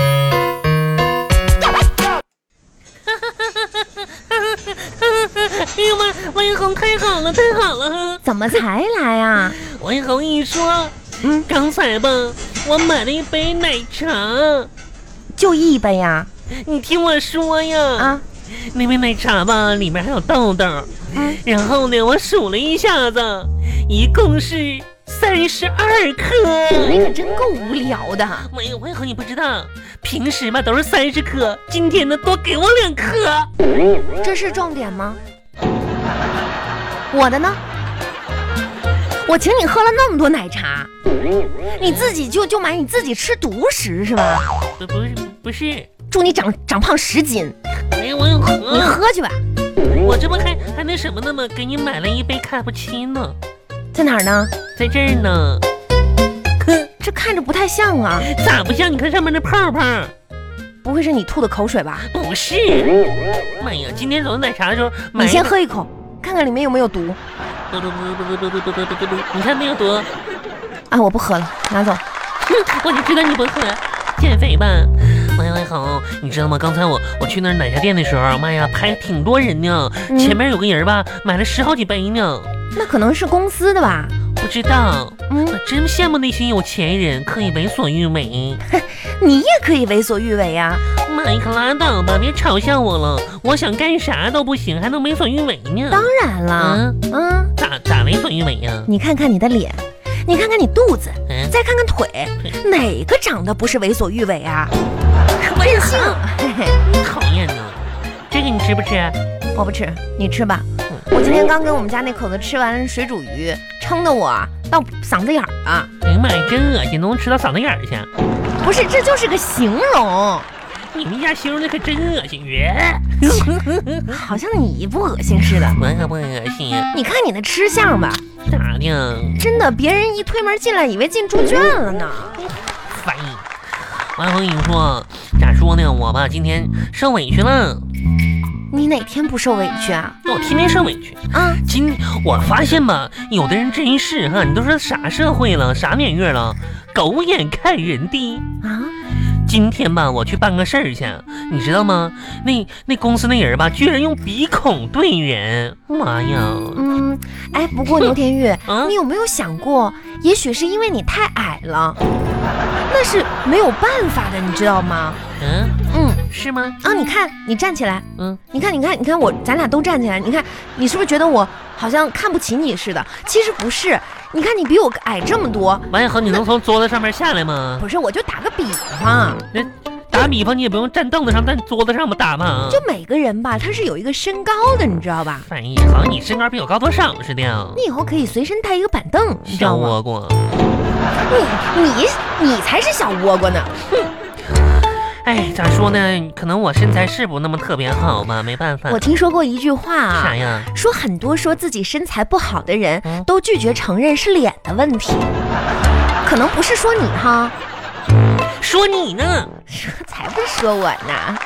哎文红，太好了，太好了！怎么才来啊？文红一说，嗯，刚才吧，我买了一杯奶茶， 就一杯呀、你听我说呀，啊？那杯奶茶吧，里面还有豆豆。嗯然后呢，我数了一下子，一共是三十二你颗。可哎真够无聊的。没有，文红，你不知道，平时吧都是三十颗，今天呢多给我两颗。这是重点吗？ 我的呢？我请你喝了那么多奶茶，你自己就就买你自己吃独食是吧？不不是不是，祝你长长胖十斤，哎呀，文红，你喝去吧。我这不还还那什么呢吗？给你买了一杯卡布奇诺，在哪儿呢？在这儿呢。哼，这看着不太像啊，咋不像？你看上面那泡泡，不会是你吐的口水吧？不是。妈呀，今天早上奶茶的时候，买你一先个喝一口，看看里面有没有毒嘟嘟嘟嘟嘟嘟嘟嘟嘟嘟，你看没有多？啊！我不喝了，拿走。哼，我就知道你不喝，减肥吧。喂喂，红，你知道吗？刚才我我去那儿奶茶店的时候，妈呀，排挺多人呢。嗯前面有个人吧，买了十好几杯呢。那可能是公司的吧？不知道，嗯我，真羡慕那些有钱人可以为所欲为。你也可以为所欲为呀、妈，你可拉倒吧，别嘲笑我了。我想干啥都不行，还能为所欲为呢？当然了，嗯，嗯，咋咋为所欲为呀？你看看你的脸，你看看你肚子，嗯，再看看腿，哪个长得不是为所欲为啊？任性， 嘿嘿，讨厌呢。这个你吃不吃？啊我不吃，你吃吧。我今天刚跟我们家那口子吃完水煮鱼，撑得我到嗓子眼儿啊！哎呀妈呀，真恶心，能吃到嗓子眼儿去。啊不是，这就是个形容，你们家形容的可真恶心，耶！ 嗯好像你不恶心似的。我可不恶心呀，你看你那吃相吧，咋的？真的，别人一推门进来，以为进猪圈了呢。烦！王红，你说咋说呢？我吧，今天受委屈了，你哪天不受委屈啊？我天天受委屈。啊，今我发现吧，有的人真是哈，你都说啥社会了，啥年月了，狗眼看人低。啊，今天吧，我去办个事儿去，你知道吗？那那公司那人吧，居然用鼻孔对人，妈呀！嗯，哎，不过牛 天玉，啊你有没有想过，也许是因为你太矮了，那是没有办法的，你知道吗？嗯，嗯，是吗？啊，你看你站起来，嗯，你看，你看，你看我，咱俩都站起来，你看你是不是觉得我好像看不起你似的？其实不是，你看你比我矮这么多，王小恒，你能从桌子上面下来吗？啊不是，我就打个比方，那打比方，你也不用站凳子上，站桌子上吧打嘛。就每个人吧，他是有一个身高的，你知道吧？反正好像你身高比我高多少似的。你以后可以随身带一个板凳，你知小道吗？倭瓜，你你你才是小倭瓜呢！哎，咋说呢？可能我身材是不那么特别好吧，没办法我。听说过一句话 啊，啥呀？说很多说自己身材不好的人嗯都拒绝承认是脸的问题，可能不是说你哈，说你呢？才不是说我呢，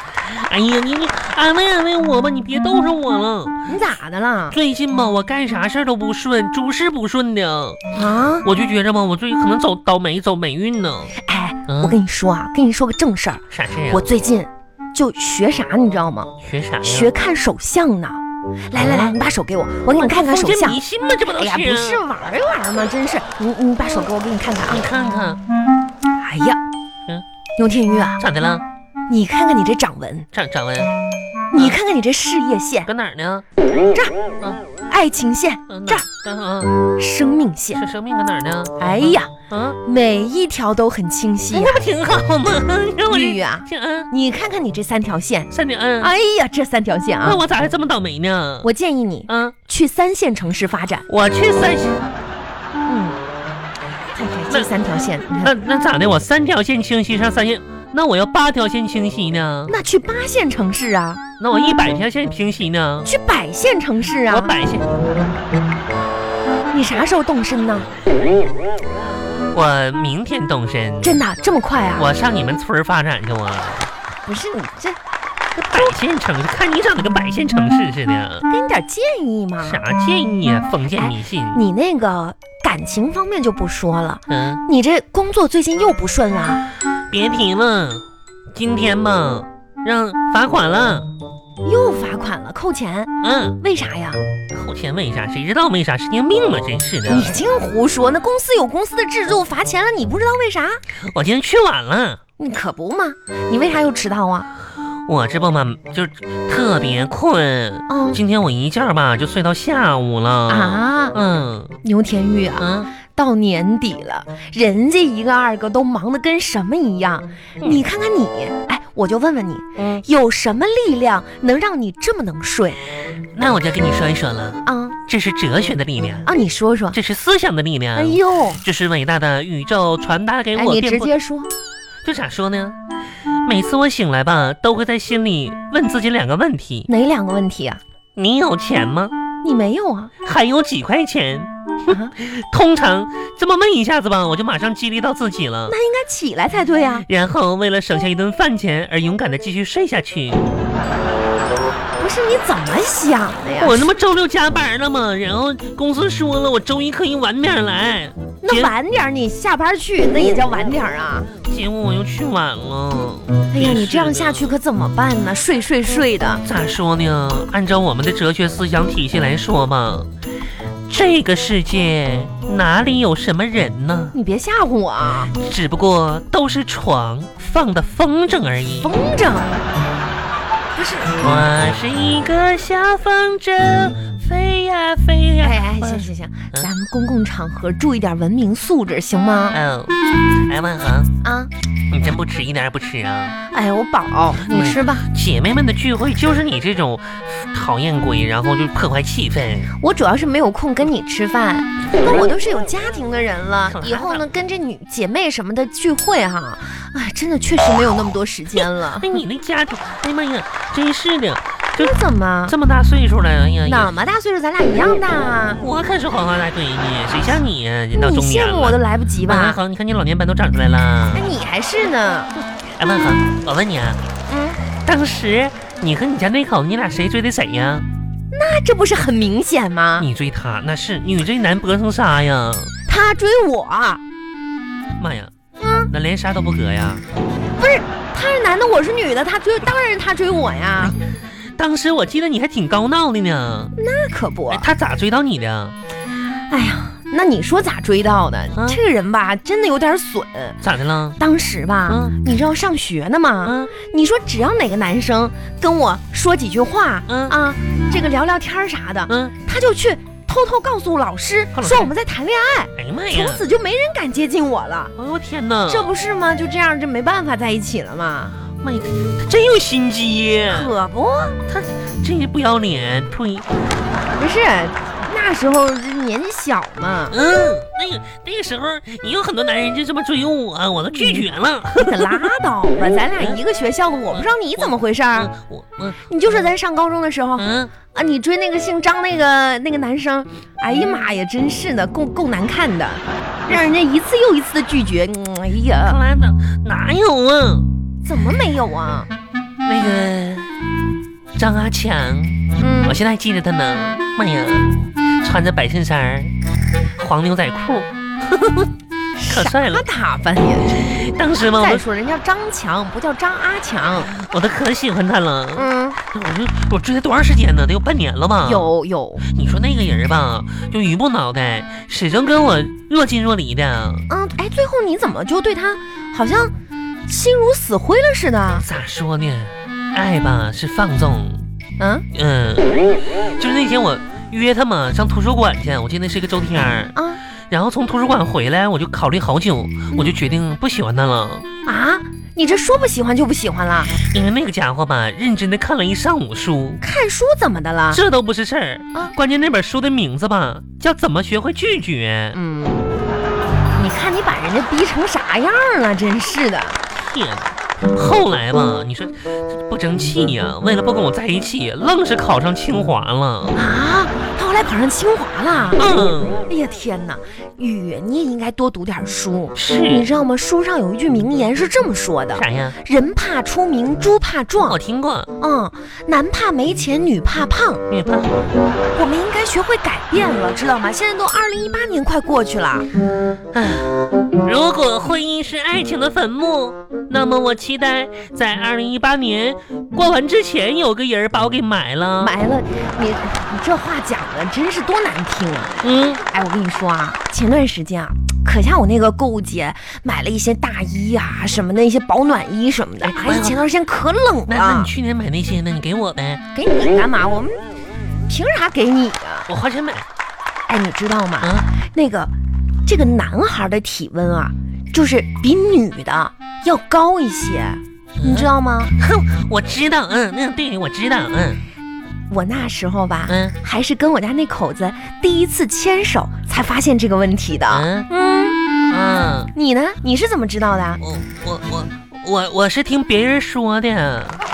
哎呀，你你安慰安慰我吧，你别逗着我了。你咋的了最近吧，我干啥事儿都不顺，诸事不顺的，啊？我就觉着吧，我最近可能走倒霉，走霉运呢。哎，嗯我跟你说啊，跟你说个正事儿，啥事儿我啊？最近就学啥你知道吗？学哎啥呀？学看手相呢。来来来，你把手给我，我给你看看封手建相迷。信吗？这不都哎是？啊呀，不是，玩儿一玩儿吗？真是，你你把手给我，给你看看你啊。看看，哎呀嗯，牛天玉啊，咋的了？你看看你这掌纹，掌掌纹你看看你这事业线、搁哪儿呢？爱情线、嗯，这儿这儿生命线，生生命搁哪儿呢？哎呀，啊，每一条都很清晰、啊那不挺好吗？ 让我玉这玉啊，这嗯，你看看你这三条线，三点嗯，哎呀，这三条线那啊，我咋还这么倒霉呢？我建议你嗯，去三线城市发展。我去三，嗯，看看这三条线，你那看，那咋的？我三条线清晰，上三线，那我要八条线清晰呢？那去八线城市啊，那我一百条线清晰呢？去百线城市我啊，百线，你啥时候动身呢？我明天动身，真的这么快啊？我上你们村儿发展去我。不是你这这百县城市，看你长得跟百县城市似的，给你点建议嘛？啥建议啊？封建迷信，你那个感情方面就不说了，嗯。你这工作最近又不顺了啊。别提了，今天吧，让罚款了，又罚款了，扣钱，嗯，为啥呀？扣钱为啥？谁知道为啥？神经病吧，真是的！你净胡说，那公司有公司的制度，罚钱了你不知道为啥？我今天去晚了，你可不嘛，你为啥又迟到啊？我这不嘛就是特别困。嗯今天我一觉吧就睡到下午了。啊，嗯牛田玉啊，啊，到年底了，人家一个二个都忙得跟什么一样，嗯你看看你，哎，我就问问你，嗯，有什么力量能让你这么能睡那我就跟你说一说了，啊？这是哲学的力量，啊，你说说，这是思想的力量。哎呦，这是伟大的宇宙传达给哎，嗯我你遍直布接说，这咋说呢？每次我醒来吧，都会在心里问自己两个问题：哪两个问题啊？你有钱吗？你没有啊？还有几块钱？啊， 通常这么问一下子吧，我就马上激励到自己了。那应该起来才对啊。然后为了省下一顿饭钱而勇敢的继续睡下去。不是你怎么想的呀？我他妈周六加班了嘛，然后公司说了我周一可以晚点来，那结晚点儿你下班去，那也叫晚点儿啊。结果我又去晚了。哎呀，你这样下去可怎么办呢？睡睡睡的，咋说呢？按照我们的哲学思想体系来说吧，这个世界哪里有什么人呢？你别吓唬我啊！只不过都是床放的风筝而已。风筝，不是，我是一个小风筝，飞呀飞呀。哎哎，行行行，咱们公共场合注意点文明素质行吗？哦，哎，万恒，啊，你真不吃，一点也不吃啊！哎，我饱，你吃吧，姐妹们的聚会就是你这种讨厌鬼，然后就破坏气氛。我主要是没有空跟你吃饭，那我都是有家庭的人了，以后呢跟这女姐妹什么的聚会哈，哎，真的确实没有那么多时间了。哎，你那家庭，哎呀妈呀，真是的，那怎么？这么大岁数了，哎呀，也那么大岁数，咱俩一样大啊！我可是黄花大闺女，谁像你呀、人到你中年羡了。嗯慕我都来不及万吧？哎恒，你看你老年斑都长出来了那。你还是呢，哎，万恒，我问你啊，嗯。当时你和你家那口子，你俩谁追的谁呀、这不是很明显吗？你追他，那是女追男隔层纱呀！他追我，妈呀，嗯那连纱都不隔呀！他是男的，我是女的，他追当然是他追我呀，哎当时我记得你还挺高闹的呢。那可不哎，。他咋追到你的？那你说咋追到的？嗯这个人吧，真的有点损。咋的了？当时吧，嗯你知道上学呢嘛，嗯你说只要哪个男生跟我说几句话、嗯啊，这个聊聊天儿啥的，嗯，他就去偷偷告诉老师告诉老师说我们在谈恋爱，哎呀妈从呀！此就没人敢接近我了。哎呦我天哪！这不是吗？就这样，这没办法在一起了嘛。妈呀，他真有心机，可不，他真是不要脸，呸！不是，那时候年纪小 嘛，嗯，那个那个时候也有很多男人就这么追我，我都拒绝了。你可拉倒吧，咱俩一个学校的，我不知道你怎么回事儿。嗯我我你就是咱上高中的时候嗯，啊，你追那个姓张那个那个男生，哎呀妈呀，真是的，够够难看的，让人家一次又一次的拒绝。嗯哎呀，拉倒，哪有啊？怎么没有啊？那个张阿强，我嗯，现在还记得他呢。妈呀，穿着白衬衫儿，黄牛仔裤， 可帅啥了。打扮呀？当时嘛，我再都说人叫张强，不叫张阿强。我都可喜欢他了。嗯，我就我追他多长时间呢？得有半年了吧？。有有，你说那个人吧，就鱼不脑袋，始终跟我若近若离的。嗯，哎，最后你怎么就对他好像心如死灰了似的？咋说呢？爱吧是放纵，嗯嗯，就是那天我约他嘛上图书馆去，我记得那是一个周天儿，啊然后从图书馆回来，我就考虑好久，我就决定不喜欢他了，啊，你这说不喜欢就不喜欢了？因为那个家伙吧，认真的看了一上午书，看书怎么的了？这都不是事儿啊，关键那本书的名字吧，叫《怎么学会拒绝嗯，你看你把人家逼成啥样了，真是的。》。天哪！哎后来吧，你说不争气呀、为了不跟我在一起，愣是考上清华了。啊，他后来考上清华了。嗯，哎呀天哪，雨，你也应该多读点书。你是知道吗？书上有一句名言是这么说的啥哦呀？：“人怕出名，猪怕我壮。听过，”嗯，男怕没钱，女怕胖。你怕。我们应该学会改变了，知道吗？现在都二零一八年快过去了，唉，如果婚姻是爱情的坟墓，那么我期待在二零一八年过完之前，有个人把我给埋了。埋了，你你这话讲的真是多难听啊！嗯，哎，我跟你说啊，前段时间啊，可下我那个购物节买了一些大衣啊什么的，一些保暖衣什么的。哎哎，前段时间可冷那那了你，去年买那些呢？你给我呗，给你干嘛？我们凭啥给你啊？我花钱买。哎，你知道吗？啊，那个这个男孩的体温啊，就是比女的要高一些，你知道吗？嗯我知道，嗯，那对，我知道，嗯我那时候吧，嗯还是跟我家那口子第一次牵手才发现这个问题的。嗯嗯，嗯，哦你呢？你是怎么知道的？我我我我我是听别人说的。